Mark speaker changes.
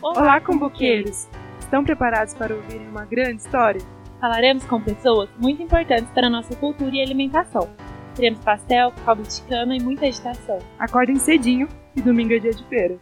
Speaker 1: Olá, comboqueiros! Estão preparados para ouvirem uma grande história?
Speaker 2: Falaremos com pessoas muito importantes para a nossa cultura e alimentação. Teremos pastel, caldo de cana e muita agitação.
Speaker 1: Acordem cedinho e domingo é dia de feira.